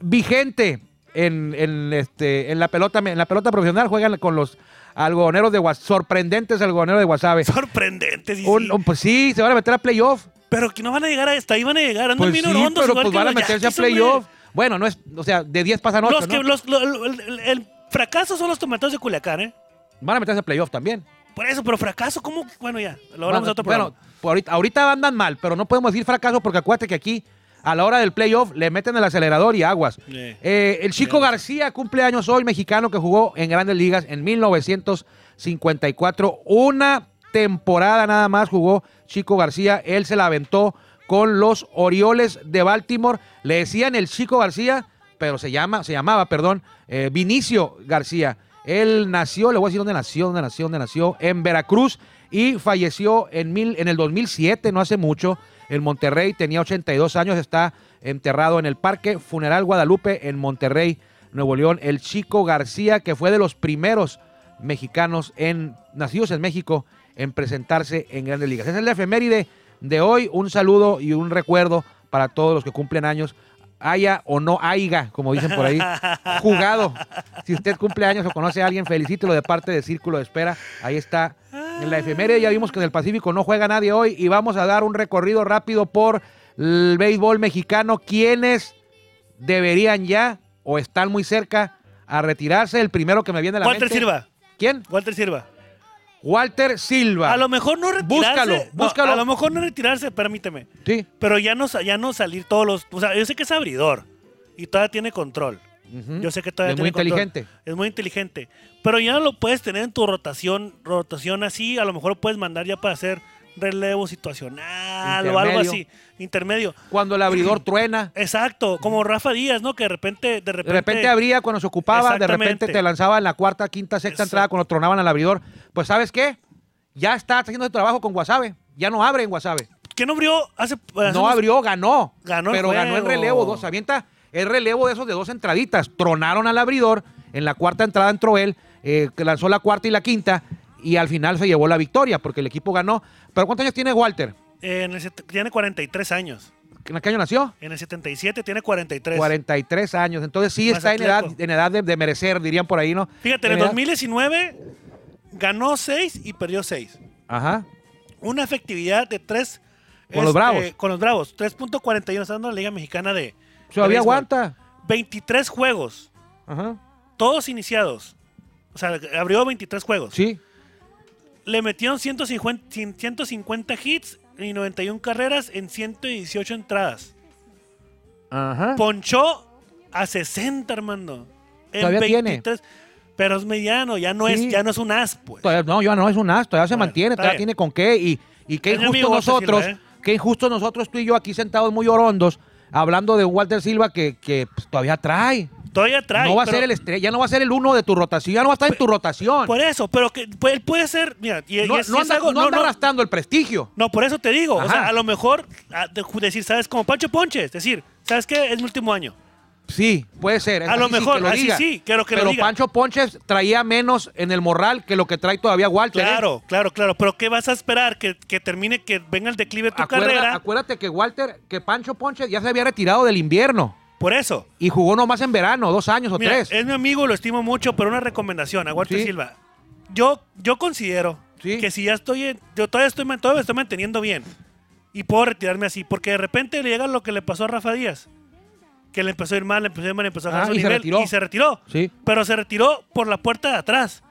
Speaker 2: vigente en, en, este, en la pelota en la pelota profesional. Juegan con los algodoneros de Guas- sorprendentes algodoneros de Guasave.
Speaker 1: Sorprendente, sí, sí.
Speaker 2: Un- un- pues sí, se van a meter a playoff.
Speaker 1: Pero que no van a llegar a esta, ahí van a llegar, andan
Speaker 2: Pues
Speaker 1: bien
Speaker 2: sí,
Speaker 1: orondos,
Speaker 2: pero
Speaker 1: igual
Speaker 2: pues
Speaker 1: que
Speaker 2: van a
Speaker 1: los
Speaker 2: meterse a
Speaker 1: Yankees, hombre.
Speaker 2: playoff. Bueno, no es, o sea, de 10 pasan 8,
Speaker 1: Los que,
Speaker 2: ¿no?
Speaker 1: los, lo- lo- el, el- el fracaso son los tomateos de Culiacán, ¿eh?
Speaker 2: Van a meterse a playoff también.
Speaker 1: Por eso, pero fracaso, ¿cómo? Bueno, ya, lo hablamos
Speaker 2: Bueno,
Speaker 1: de otro
Speaker 2: bueno,
Speaker 1: programa.
Speaker 2: por ahorita, ahorita andan mal, pero no podemos decir fracaso porque acuérdate que aquí, a la hora del playoff, le meten el acelerador y aguas.
Speaker 1: Sí.
Speaker 2: Eh, el Chico García, cumpleaños hoy, mexicano que jugó en Grandes Ligas en 1954. Una temporada nada más jugó Chico García. Él se la aventó con los Orioles de Baltimore. Le decían el Chico García, pero se llama, se llamaba, perdón, eh, Vinicio García. Él nació, le voy a decir dónde nació, dónde nació, dónde nació, en Veracruz y falleció en, mil, en el 2007, no hace mucho, en Monterrey. Tenía 82 años, está enterrado en el Parque Funeral Guadalupe en Monterrey, Nuevo León. El Chico García, que fue de los primeros mexicanos en, nacidos en México en presentarse en grandes ligas. Esa es la efeméride de hoy. Un saludo y un recuerdo para todos los que cumplen años. Haya o no haiga, como dicen por ahí, jugado. Si usted cumple años o conoce a alguien, felicítelo de parte de Círculo de Espera. Ahí está. En la efeméride ya vimos que en el Pacífico no juega nadie hoy y vamos a dar un recorrido rápido por el béisbol mexicano. ¿Quiénes deberían ya o están muy cerca a retirarse? El primero que me viene a la
Speaker 1: Walter
Speaker 2: mente.
Speaker 1: Silva,
Speaker 2: ¿Quién?
Speaker 1: Walter Silva.
Speaker 2: Walter Silva.
Speaker 1: A lo mejor no retirarse.
Speaker 2: Búscalo,
Speaker 1: no,
Speaker 2: búscalo.
Speaker 1: a lo mejor no retirarse, permíteme.
Speaker 2: Sí.
Speaker 1: Pero ya no, sa- ya no salir todos los. O sea, yo sé que es abridor y todavía tiene control.
Speaker 2: Ujú.
Speaker 1: Yo sé que todavía
Speaker 2: Es muy
Speaker 1: tiene control.
Speaker 2: inteligente.
Speaker 1: Es muy inteligente. Pero ya no lo puedes tener en tu rotación, rotación así. A lo mejor lo puedes mandar ya para hacer relevo situacional o algo
Speaker 2: Intermedio.
Speaker 1: así. Intermedio.
Speaker 2: Cuando el abridor truena.
Speaker 1: Exacto, como Rafa Díaz, ¿no? Que de repente, de
Speaker 2: De
Speaker 1: repente.
Speaker 2: repente abría cuando se ocupaba, de repente
Speaker 1: Exactamente.
Speaker 2: te lanzaba en la cuarta, quinta, sexta
Speaker 1: Exacto.
Speaker 2: entrada cuando tronaban al abridor. Pues ¿sabes qué? Ya está haciendo su trabajo con Guasave. Ya no abre en Guasave.
Speaker 1: ¿Quién abrió hace.? hace
Speaker 2: No
Speaker 1: unos-
Speaker 2: abrió, ganó.
Speaker 1: Pues, Ganó el
Speaker 2: Pero ganó en
Speaker 1: juego.
Speaker 2: relevo dos. Avienta el relevo de esos de dos entraditas. Tronaron al abridor. En la cuarta entrada entró él, eh, que lanzó la cuarta y la quinta. Y al final se llevó la victoria porque el equipo ganó. Pero ¿cuántos años tiene Walter?
Speaker 1: En el set- tiene 43 años.
Speaker 2: ¿En qué año nació?
Speaker 1: En el 77 tiene 43.
Speaker 2: 43 años. Entonces sí está en edad,
Speaker 1: Mazatleco.
Speaker 2: en edad de, de merecer, dirían por ahí, ¿no?
Speaker 1: Fíjate, en el
Speaker 2: edad-
Speaker 1: 2019 ganó 6 y perdió 6.
Speaker 2: Ajá.
Speaker 1: Una efectividad de 3.
Speaker 2: Con los Bravos.
Speaker 1: Con los Bravos. 3.41 está dando la Liga Mexicana de.
Speaker 2: Todavía
Speaker 1: de béisbol.
Speaker 2: aguanta.
Speaker 1: 23 juegos.
Speaker 2: Ajá.
Speaker 1: Todos iniciados. O sea, abrió 23 juegos.
Speaker 2: Sí.
Speaker 1: Le metieron 150, 150 hits y 91 carreras en 118 entradas.
Speaker 2: Ajá.
Speaker 1: Ponchó a 60, Armando. En
Speaker 2: Todavía tiene.
Speaker 1: Pero es mediano, ya no,
Speaker 2: Sí.
Speaker 1: es, ya no es un as, pues.
Speaker 2: Todavía- no, ya no es un as, todavía se
Speaker 1: Bueno,
Speaker 2: mantiene,
Speaker 1: está
Speaker 2: todavía
Speaker 1: bien.
Speaker 2: tiene con qué. Y, y qué
Speaker 1: Es mi
Speaker 2: injusto
Speaker 1: amigo Walter
Speaker 2: nosotros,
Speaker 1: Silva,
Speaker 2: qué injusto nosotros tú y yo aquí sentados muy orondos, hablando de Walter Silva que, que pues, todavía trae.
Speaker 1: Todavía trae.
Speaker 2: no va a
Speaker 1: pero-
Speaker 2: ser el estrella, ya no va a ser el uno de tu rotación, ya no va a estar en tu rotación.
Speaker 1: Por eso, pero que pues, él puede ser. Mira, y, y
Speaker 2: no,
Speaker 1: es-
Speaker 2: no
Speaker 1: es
Speaker 2: anda,
Speaker 1: algo-
Speaker 2: no anda arrastrando el prestigio.
Speaker 1: No, por eso te digo. O
Speaker 2: Ajá.
Speaker 1: sea, a lo mejor a- de- decir, ¿sabes? Como Pancho Ponches, decir, ¿sabes qué? Es mi último año.
Speaker 2: Sí, puede ser.
Speaker 1: A lo
Speaker 2: así sí,
Speaker 1: mejor,
Speaker 2: que lo
Speaker 1: así
Speaker 2: diga.
Speaker 1: sí, claro que lo
Speaker 2: Pero
Speaker 1: diga.
Speaker 2: Pancho Ponches traía menos en el morral que lo que trae todavía Walter. ¿eh?
Speaker 1: Claro, claro, claro. Pero ¿qué vas a esperar? Que, que termine, que venga el declive de tu
Speaker 2: Acuerda-
Speaker 1: carrera.
Speaker 2: Acuérdate que Walter, que Pancho Ponches ya se había retirado del invierno
Speaker 1: Por eso.
Speaker 2: y jugó nomás en verano, dos años o
Speaker 1: Mira, eh,
Speaker 2: tres.
Speaker 1: es mi amigo, lo estimo mucho, pero una recomendación a Walter
Speaker 2: Sí.
Speaker 1: Silva. Yo, yo considero
Speaker 2: Sí.
Speaker 1: que si ya estoy, en- yo todavía estoy, man- todavía me estoy manteniendo bien y puedo retirarme así, porque de repente le llega lo que le pasó a Rafa Díaz, que le empezó a ir mal, le empezó a ir mal, le empezó a bajar
Speaker 2: Ah,
Speaker 1: su
Speaker 2: y se
Speaker 1: nivel,
Speaker 2: retiró.
Speaker 1: y se retiró.
Speaker 2: Sí.
Speaker 1: Pero se retiró por la puerta de atrás.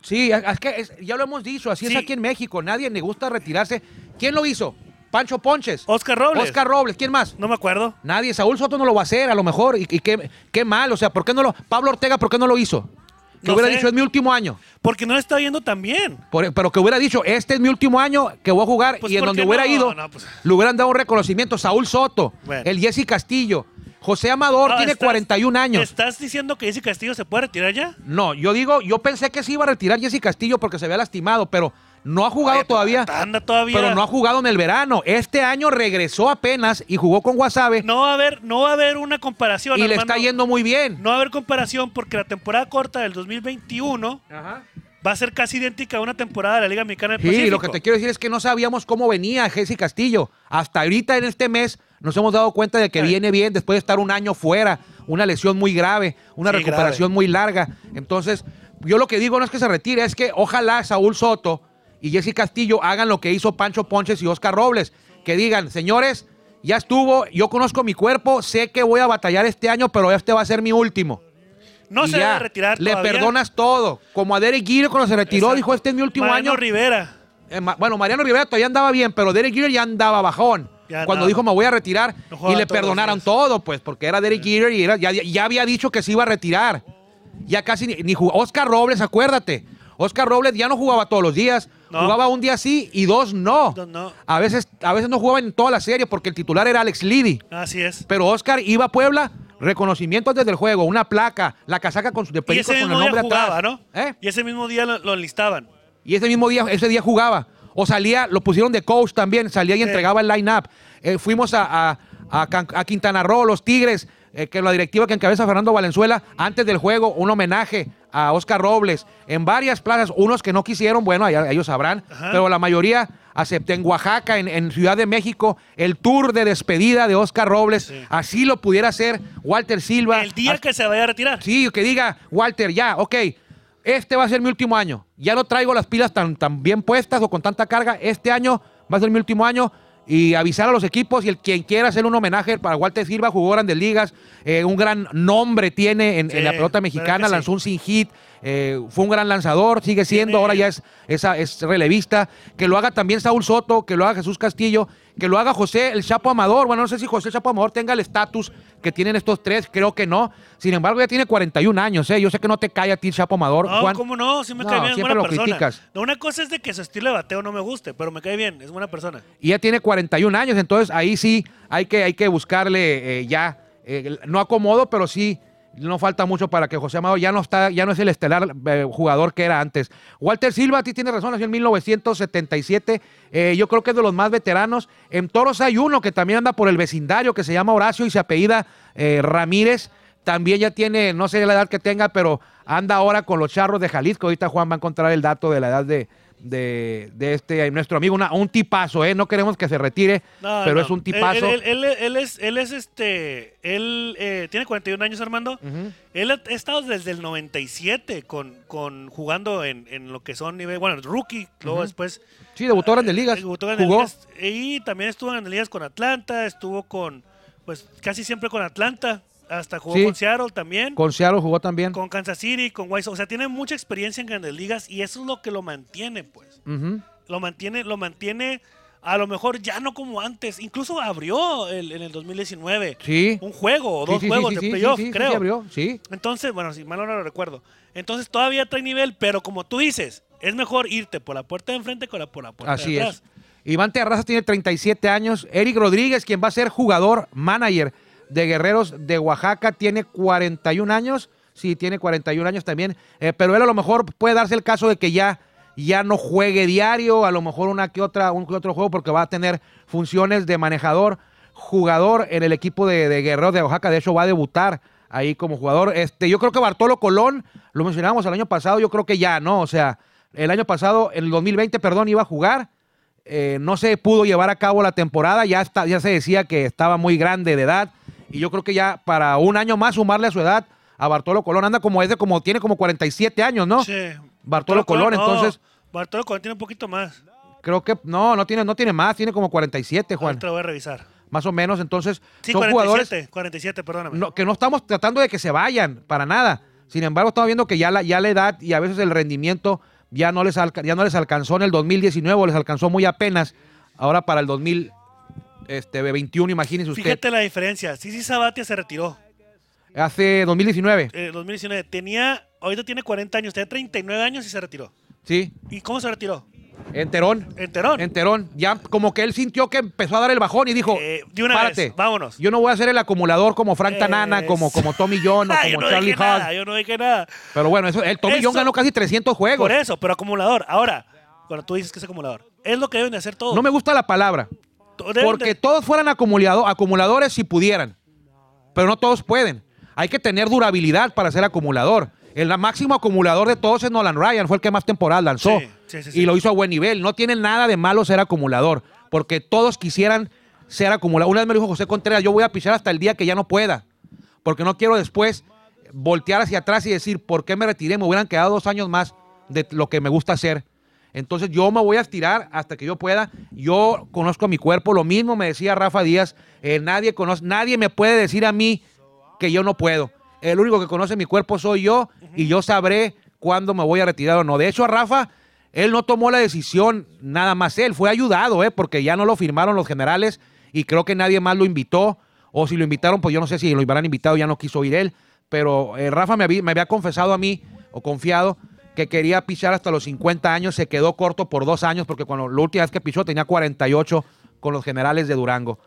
Speaker 2: Sí, a- es que es- ya lo hemos dicho, así es
Speaker 1: Sí.
Speaker 2: aquí en México, nadie le gusta retirarse. ¿Quién lo hizo? Pancho Ponches.
Speaker 1: Oscar Robles.
Speaker 2: Oscar Robles, ¿quién más?
Speaker 1: No me acuerdo.
Speaker 2: Nadie, Saúl Soto no lo va a hacer, a lo mejor, y, y qué, qué mal, o sea, ¿por qué no lo, Pablo Ortega, ¿por qué no lo hizo? Que
Speaker 1: No
Speaker 2: hubiera
Speaker 1: sé.
Speaker 2: dicho, es mi último año,
Speaker 1: Porque no le está yendo tan bien.
Speaker 2: Por- pero que hubiera dicho, este es mi último año que voy a jugar,
Speaker 1: Pues,
Speaker 2: y en
Speaker 1: ¿por
Speaker 2: donde
Speaker 1: qué
Speaker 2: hubiera
Speaker 1: no?
Speaker 2: ido,
Speaker 1: No, pues.
Speaker 2: le hubieran dado un reconocimiento, Saúl Soto,
Speaker 1: Bueno.
Speaker 2: el Jesse Castillo, José Amador
Speaker 1: Ah,
Speaker 2: tiene
Speaker 1: estás-
Speaker 2: 41 años.
Speaker 1: ¿Estás diciendo que Jesse Castillo se puede retirar ya?
Speaker 2: No, yo digo, yo pensé que se iba a retirar Jesse Castillo porque se había lastimado, pero no ha jugado
Speaker 1: Oye,
Speaker 2: todavía.
Speaker 1: anda todavía.
Speaker 2: Pero no ha jugado en el verano. Este año regresó apenas y jugó con Wasabe
Speaker 1: No va a haber, no va a haber una comparación.
Speaker 2: y le está
Speaker 1: hermano.
Speaker 2: yendo muy bien.
Speaker 1: No va a haber comparación porque la temporada corta del 2021 va a ser casi idéntica a una temporada de la Liga Mexicana del Pacífico.
Speaker 2: Sí, lo que te quiero decir es que no sabíamos cómo venía Jesse Castillo. Hasta ahorita en este mes nos hemos dado cuenta de que
Speaker 1: Sí.
Speaker 2: viene bien después de estar un año fuera, una lesión muy grave, una
Speaker 1: Sí,
Speaker 2: recuperación muy larga. Entonces, yo lo que digo no es que se retire, es que ojalá Saúl Soto y Jesse Castillo hagan lo que hizo Pancho Ponches y Oscar Robles, que digan, señores, ya estuvo, yo conozco mi cuerpo, sé que voy a batallar este año, pero este va a ser mi último.
Speaker 1: no
Speaker 2: Y
Speaker 1: se
Speaker 2: ya,
Speaker 1: debe retirar
Speaker 2: Le
Speaker 1: todavía.
Speaker 2: perdonas todo. Como a Derek Jeter cuando se retiró,
Speaker 1: Exacto.
Speaker 2: dijo, este es mi último
Speaker 1: Mariano
Speaker 2: año.
Speaker 1: Rivera.
Speaker 2: Eh, ma- bueno, Mariano Rivera todavía andaba bien, pero Derek Jeter ya andaba bajón.
Speaker 1: Ya
Speaker 2: cuando
Speaker 1: andaba.
Speaker 2: dijo me voy a retirar
Speaker 1: No
Speaker 2: y
Speaker 1: jugaba
Speaker 2: le
Speaker 1: todos los
Speaker 2: perdonaron
Speaker 1: días.
Speaker 2: todo, pues, porque era Derek Jeter y era- ya, ya había dicho que se iba a retirar. Ya casi ni, ni jugó. Oscar Robles, acuérdate. Oscar Robles ya no jugaba todos los días.
Speaker 1: No.
Speaker 2: Jugaba un día sí y dos no.
Speaker 1: No, no.
Speaker 2: A, veces, a veces no jugaba en toda la serie porque el titular era Alex Liddy.
Speaker 1: Así es.
Speaker 2: Pero Oscar iba a Puebla, reconocimiento antes del juego, una placa, la casaca con su de
Speaker 1: Y
Speaker 2: película
Speaker 1: ese
Speaker 2: con el
Speaker 1: mismo día
Speaker 2: nombre
Speaker 1: jugaba,
Speaker 2: atrás.
Speaker 1: ¿no?
Speaker 2: ¿Eh?
Speaker 1: Y ese mismo día lo, lo enlistaban.
Speaker 2: Y ese mismo día, ese día jugaba. O salía, lo pusieron de coach también, salía y entregaba el line-up. Eh, fuimos a, a- a Can- a Quintana Roo, los Tigres, eh, que la directiva que encabeza Fernando Valenzuela, antes del juego, un homenaje a Oscar Robles. En varias plazas, unos que no quisieron, bueno, allá ellos sabrán,
Speaker 1: Ajá.
Speaker 2: pero la mayoría acepté en Oaxaca, en, en Ciudad de México, el tour de despedida de Oscar Robles.
Speaker 1: Sí.
Speaker 2: Así lo pudiera hacer Walter Silva.
Speaker 1: El día
Speaker 2: Hasta-
Speaker 1: que se vaya a retirar.
Speaker 2: Sí, que diga, Walter, ya, ok, este va a ser mi último año. Ya no traigo las pilas tan, tan bien puestas o con tanta carga. Este año va a ser mi último año. Y avisar a los equipos y el quien quiera hacer un homenaje para Walter Silva, jugó grandes ligas, eh, un gran nombre tiene en, en
Speaker 1: Sí,
Speaker 2: la pelota
Speaker 1: claro
Speaker 2: mexicana,
Speaker 1: que sí.
Speaker 2: lanzó un sin hit, eh, fue un gran lanzador, sigue siendo,
Speaker 1: Tiene-
Speaker 2: ahora ya es, es, es relevista. Que lo haga también Saúl Soto, que lo haga Jesús Castillo, que lo haga José el Chapo Amador. Bueno, no sé si José el Chapo Amador tenga el estatus que tienen estos tres, creo que no. Sin embargo, ya tiene 41 años, ¿eh? Yo sé que no te cae a ti el Chapo Amador,
Speaker 1: No,
Speaker 2: Juan.
Speaker 1: ¿cómo no? Sí me
Speaker 2: No,
Speaker 1: cae bien, es
Speaker 2: siempre
Speaker 1: buena
Speaker 2: lo
Speaker 1: persona.
Speaker 2: criticas.
Speaker 1: No, una cosa es de que su estilo de bateo no me guste, pero me cae bien, es buena persona.
Speaker 2: Y ya tiene 41 años, entonces ahí sí hay que, hay que buscarle eh, ya, eh, el- no acomodo, pero sí no falta mucho para que José Amado ya no está, ya no es el estelar eh, jugador que era antes. Walter Silva, a ti tienes razón, nació en 1977, eh, yo creo que es de los más veteranos. En Toros hay uno que también anda por el vecindario, que se llama Horacio y se apellida eh, Ramírez. También ya tiene, no sé la edad que tenga, pero anda ahora con los charros de Jalisco. Ahorita Juan va a encontrar el dato de la edad de, de, de este nuestro amigo, una- un tipazo, ¿eh? No queremos que se retire,
Speaker 1: No,
Speaker 2: pero
Speaker 1: no.
Speaker 2: es un
Speaker 1: Él- él-
Speaker 2: tipazo.
Speaker 1: Él, él- él es, él es este, él eh, tiene 41 años Armando.
Speaker 2: Ujú.
Speaker 1: Él ha ha estado desde el 97 con, con jugando en, en lo que son nivel, bueno, rookie, luego después
Speaker 2: Sí, debutó en Grandes
Speaker 1: eh,
Speaker 2: Ligas.
Speaker 1: debutó en
Speaker 2: jugó.
Speaker 1: Grandes Ligas, y también estuvo en Grandes Ligas con Atlanta, estuvo con, pues casi siempre con Atlanta, hasta jugó
Speaker 2: Sí.
Speaker 1: con Seattle también, con,
Speaker 2: Con Seattle jugó también.
Speaker 1: Kansas City, con White Sox, o sea, tiene mucha experiencia en Grandes Ligas y eso es lo que lo mantiene, pues
Speaker 2: Ujú.
Speaker 1: lo mantiene, lo mantiene a lo mejor ya no como antes. Incluso abrió el- en el 2019
Speaker 2: Sí.
Speaker 1: un juego o
Speaker 2: Sí,
Speaker 1: dos
Speaker 2: sí, sí,
Speaker 1: juegos
Speaker 2: sí,
Speaker 1: de
Speaker 2: sí, sí,
Speaker 1: playoff,
Speaker 2: sí, sí,
Speaker 1: creo.
Speaker 2: sí, abrió, sí.
Speaker 1: Entonces, bueno, si mal no lo recuerdo. Entonces todavía trae nivel, pero como tú dices, es mejor irte por la puerta de enfrente que la- por la puerta
Speaker 2: Así
Speaker 1: de atrás.
Speaker 2: es. Iván Terraza tiene 37 años. Eric Rodríguez, quien va a ser jugador, manager de Guerreros de Oaxaca, tiene 41 años. Sí, tiene 41 años también. Eh, pero él a lo mejor puede darse el caso de que ya, ya no juegue diario, a lo mejor una que otra, un que otro juego, porque va a tener funciones de manejador, jugador en el equipo de, de Guerreros de Oaxaca. De hecho, va a debutar ahí como jugador. Este, yo creo que Bartolo Colón, lo mencionábamos el año pasado, yo creo que ya, ¿no? O sea, el año pasado, en el 2020, perdón, iba a jugar. Eh, no se pudo llevar a cabo la temporada, ya, está, ya se decía que estaba muy grande de edad y yo creo que ya para un año más sumarle a su edad a Bartolo Colón anda como es de como tiene como 47 años, ¿no?
Speaker 1: Sí.
Speaker 2: Bartolo Colón,
Speaker 1: no,
Speaker 2: entonces
Speaker 1: Bartolo Colón tiene un poquito más.
Speaker 2: creo que no, no tiene no tiene más, tiene como 47, Juan,
Speaker 1: Ahorita lo voy a revisar.
Speaker 2: más o menos, entonces
Speaker 1: Sí,
Speaker 2: son
Speaker 1: 47,
Speaker 2: jugadores
Speaker 1: 47, perdóname.
Speaker 2: no- que no estamos tratando de que se vayan para nada. Sin embargo, estamos viendo que ya la, ya la edad y a veces el rendimiento ya no les alca- ya no les alcanzó en el 2019, o les alcanzó muy apenas. Ahora para el 2021, imagínense usted.
Speaker 1: Fíjate la diferencia. Sí, sí, Sabatia se retiró.
Speaker 2: Hace 2019,
Speaker 1: Eh, 2019 tenía, ahorita tiene 40 años, tenía 39 años y se retiró.
Speaker 2: sí,
Speaker 1: ¿Y cómo se retiró?
Speaker 2: en Terón.
Speaker 1: Enterón.
Speaker 2: En Terón. Ya como que él sintió que empezó a dar el bajón y dijo,
Speaker 1: Eh, de una
Speaker 2: "Párate,
Speaker 1: vez, vámonos".
Speaker 2: Yo no voy a ser el acumulador como Frank
Speaker 1: Eh,
Speaker 2: Tanana, como, como Tommy John o
Speaker 1: Ay, yo
Speaker 2: como
Speaker 1: no
Speaker 2: Charlie
Speaker 1: dije nada,
Speaker 2: Huff.
Speaker 1: yo no dije nada.
Speaker 2: Pero bueno, eso, el Tommy
Speaker 1: Eso-
Speaker 2: John ganó casi 300 juegos.
Speaker 1: Por eso, pero acumulador. Ahora, cuando tú dices que es acumulador, es lo que deben de hacer todos.
Speaker 2: No me gusta la palabra.
Speaker 1: To- deben
Speaker 2: Porque
Speaker 1: de-
Speaker 2: todos fueran acumulado- acumuladores si pudieran. Pero no todos pueden. Hay que tener durabilidad para ser acumulador. El la- máximo acumulador de todos es Nolan Ryan, fue el que más temporadas lanzó.
Speaker 1: Sí, sí, sí, sí.
Speaker 2: Y lo hizo a buen nivel. No tiene nada de malo ser acumulador. Porque todos quisieran ser acumulador. Una vez me lo dijo José Contreras, yo voy a pichar hasta el día que ya no pueda. Porque no quiero después voltear hacia atrás y decir, ¿por qué me retiré? Me hubieran quedado dos años más de lo que me gusta hacer. Entonces yo me voy a estirar hasta que yo pueda. Yo conozco a mi cuerpo. Lo mismo me decía Rafa Díaz. eh, nadie, conoce, nadie me puede decir a mí que yo no puedo. El único que conoce mi cuerpo soy yo y yo sabré cuándo me voy a retirar o no. De hecho, a Rafa, él no tomó la decisión nada más él. Fue ayudado, ¿eh? porque ya no lo firmaron los generales y creo que nadie más lo invitó. O si lo invitaron, pues yo no sé si lo habrán invitado, ya no quiso ir él. Pero eh, Rafa me había, me había confesado a mí, o confiado, que quería pichar hasta los 50 años. Se quedó corto por dos años, porque cuando la última vez que pichó tenía 48 con los generales de Durango.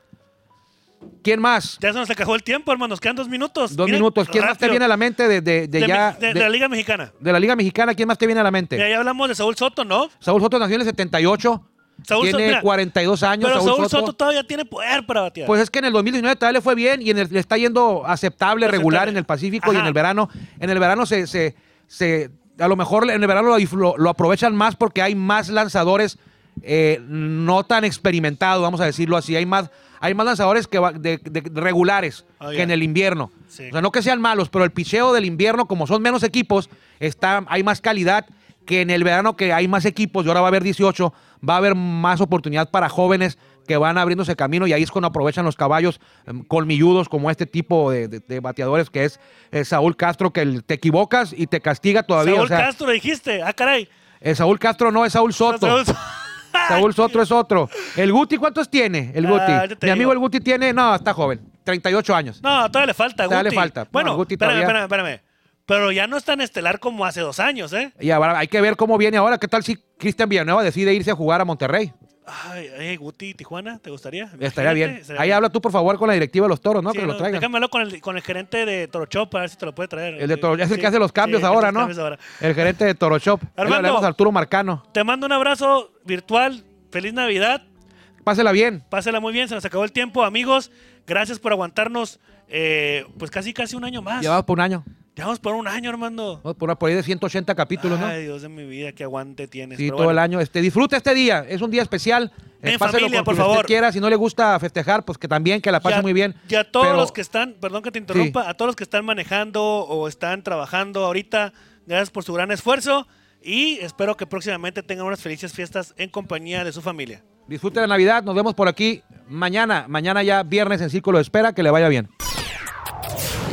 Speaker 2: ¿Quién más?
Speaker 1: Ya se nos acabó el tiempo, hermano. Nos quedan dos minutos.
Speaker 2: Dos
Speaker 1: Mira,
Speaker 2: minutos. ¿Quién más te
Speaker 1: rápido.
Speaker 2: viene a la mente de, de- de
Speaker 1: De
Speaker 2: ya.
Speaker 1: Mex- de-
Speaker 2: De,
Speaker 1: de la Liga Mexicana.
Speaker 2: de la Liga Mexicana, ¿quién más te viene a la mente?
Speaker 1: Mira, ya hablamos de Saúl Soto, ¿no?
Speaker 2: Saúl Soto nació en el 78.
Speaker 1: Saúl Soto,
Speaker 2: tiene
Speaker 1: mira,
Speaker 2: 42 años.
Speaker 1: Pero Saúl,
Speaker 2: Saúl,
Speaker 1: Soto. todavía tiene poder para batear.
Speaker 2: Pues es que en el 2019 todavía le fue bien y en el- le está yendo aceptable,
Speaker 1: Aceptable.
Speaker 2: regular en el Pacífico y
Speaker 1: Ajá.
Speaker 2: en el verano. En el verano se, se, se- a lo mejor en el verano lo, dif- lo- lo aprovechan más porque hay más lanzadores eh, no tan experimentados, vamos a decirlo así. Hay más, hay más lanzadores que va- de, de- de regulares
Speaker 1: Oh,
Speaker 2: que
Speaker 1: yeah.
Speaker 2: en el invierno.
Speaker 1: Sí.
Speaker 2: O sea, no que sean malos, pero el picheo del invierno, como son menos equipos, está, hay más calidad que en el verano que hay más equipos y ahora va a haber 18, va a haber más oportunidad para jóvenes que van abriéndose camino y ahí es cuando aprovechan los caballos em, colmilludos como este tipo de, de- de bateadores que es eh, Saúl Castro, que el- te equivocas y te castiga todavía.
Speaker 1: Saúl
Speaker 2: o sea,
Speaker 1: Castro, dijiste. Ah, caray.
Speaker 2: eh, Saúl Castro no es Saúl Soto.
Speaker 1: Saúl-
Speaker 2: Saúl Soto es otro. El Guti, ¿cuántos tiene? El Guti.
Speaker 1: Ah, yo te
Speaker 2: Mi amigo
Speaker 1: digo.
Speaker 2: el Guti tiene, no, está joven, 38 años.
Speaker 1: No, todavía le falta,
Speaker 2: Todavía le
Speaker 1: Guti.
Speaker 2: falta. No,
Speaker 1: Bueno,
Speaker 2: Guti
Speaker 1: espérame,
Speaker 2: todavía-
Speaker 1: espérame, espérame. Pero ya no es tan estelar como hace dos años, ¿eh?
Speaker 2: Y ahora hay que ver cómo viene ahora. ¿Qué tal si Cristian Villanueva decide irse a jugar a Monterrey?
Speaker 1: Ay, ay, Guti, Tijuana, ¿te gustaría?
Speaker 2: Estaría
Speaker 1: Imagínate,
Speaker 2: bien.
Speaker 1: estaría
Speaker 2: Ahí
Speaker 1: bien.
Speaker 2: habla tú, por favor, con la directiva de los toros, ¿no?
Speaker 1: Sí,
Speaker 2: que
Speaker 1: no,
Speaker 2: lo traigan.
Speaker 1: déjame hablar con el, con el gerente de Torochop para ver si te lo puede traer.
Speaker 2: El de Toro- es el
Speaker 1: Sí,
Speaker 2: que hace los cambios
Speaker 1: sí, el que
Speaker 2: ahora,
Speaker 1: hace los
Speaker 2: ¿no?
Speaker 1: cambios ahora.
Speaker 2: El gerente de Toro Shop. Ahí
Speaker 1: Armando.
Speaker 2: le hablamos a Arturo Marcano.
Speaker 1: Te mando un abrazo virtual. Feliz Navidad.
Speaker 2: Pásela bien.
Speaker 1: Pásela muy bien. Se nos acabó el tiempo, amigos. Gracias por aguantarnos. eh, pues casi, casi un año más.
Speaker 2: Llevamos por un año.
Speaker 1: Ya vamos por un año, Armando.
Speaker 2: ¿no? Por, por ahí de 180 capítulos, ¿no?
Speaker 1: Ay, Dios de mi vida, qué aguante tienes.
Speaker 2: Sí,
Speaker 1: Pero
Speaker 2: todo
Speaker 1: bueno,
Speaker 2: el año. Este, disfruta este día. Es un día especial. Eh,
Speaker 1: En
Speaker 2: páselo
Speaker 1: familia,
Speaker 2: con
Speaker 1: por
Speaker 2: quien
Speaker 1: favor.
Speaker 2: Usted quiera. Si no le gusta festejar, pues que también, que la pase
Speaker 1: ya-
Speaker 2: muy bien.
Speaker 1: Y a todos
Speaker 2: Pero
Speaker 1: los que están, perdón que te interrumpa, a todos los que están manejando o están trabajando ahorita, gracias por su gran esfuerzo y espero que próximamente tengan unas felices fiestas en compañía de su familia.
Speaker 2: Disfrute la Navidad. Nos vemos por aquí mañana. Mañana ya viernes en Círculo de Espera. Que le vaya bien.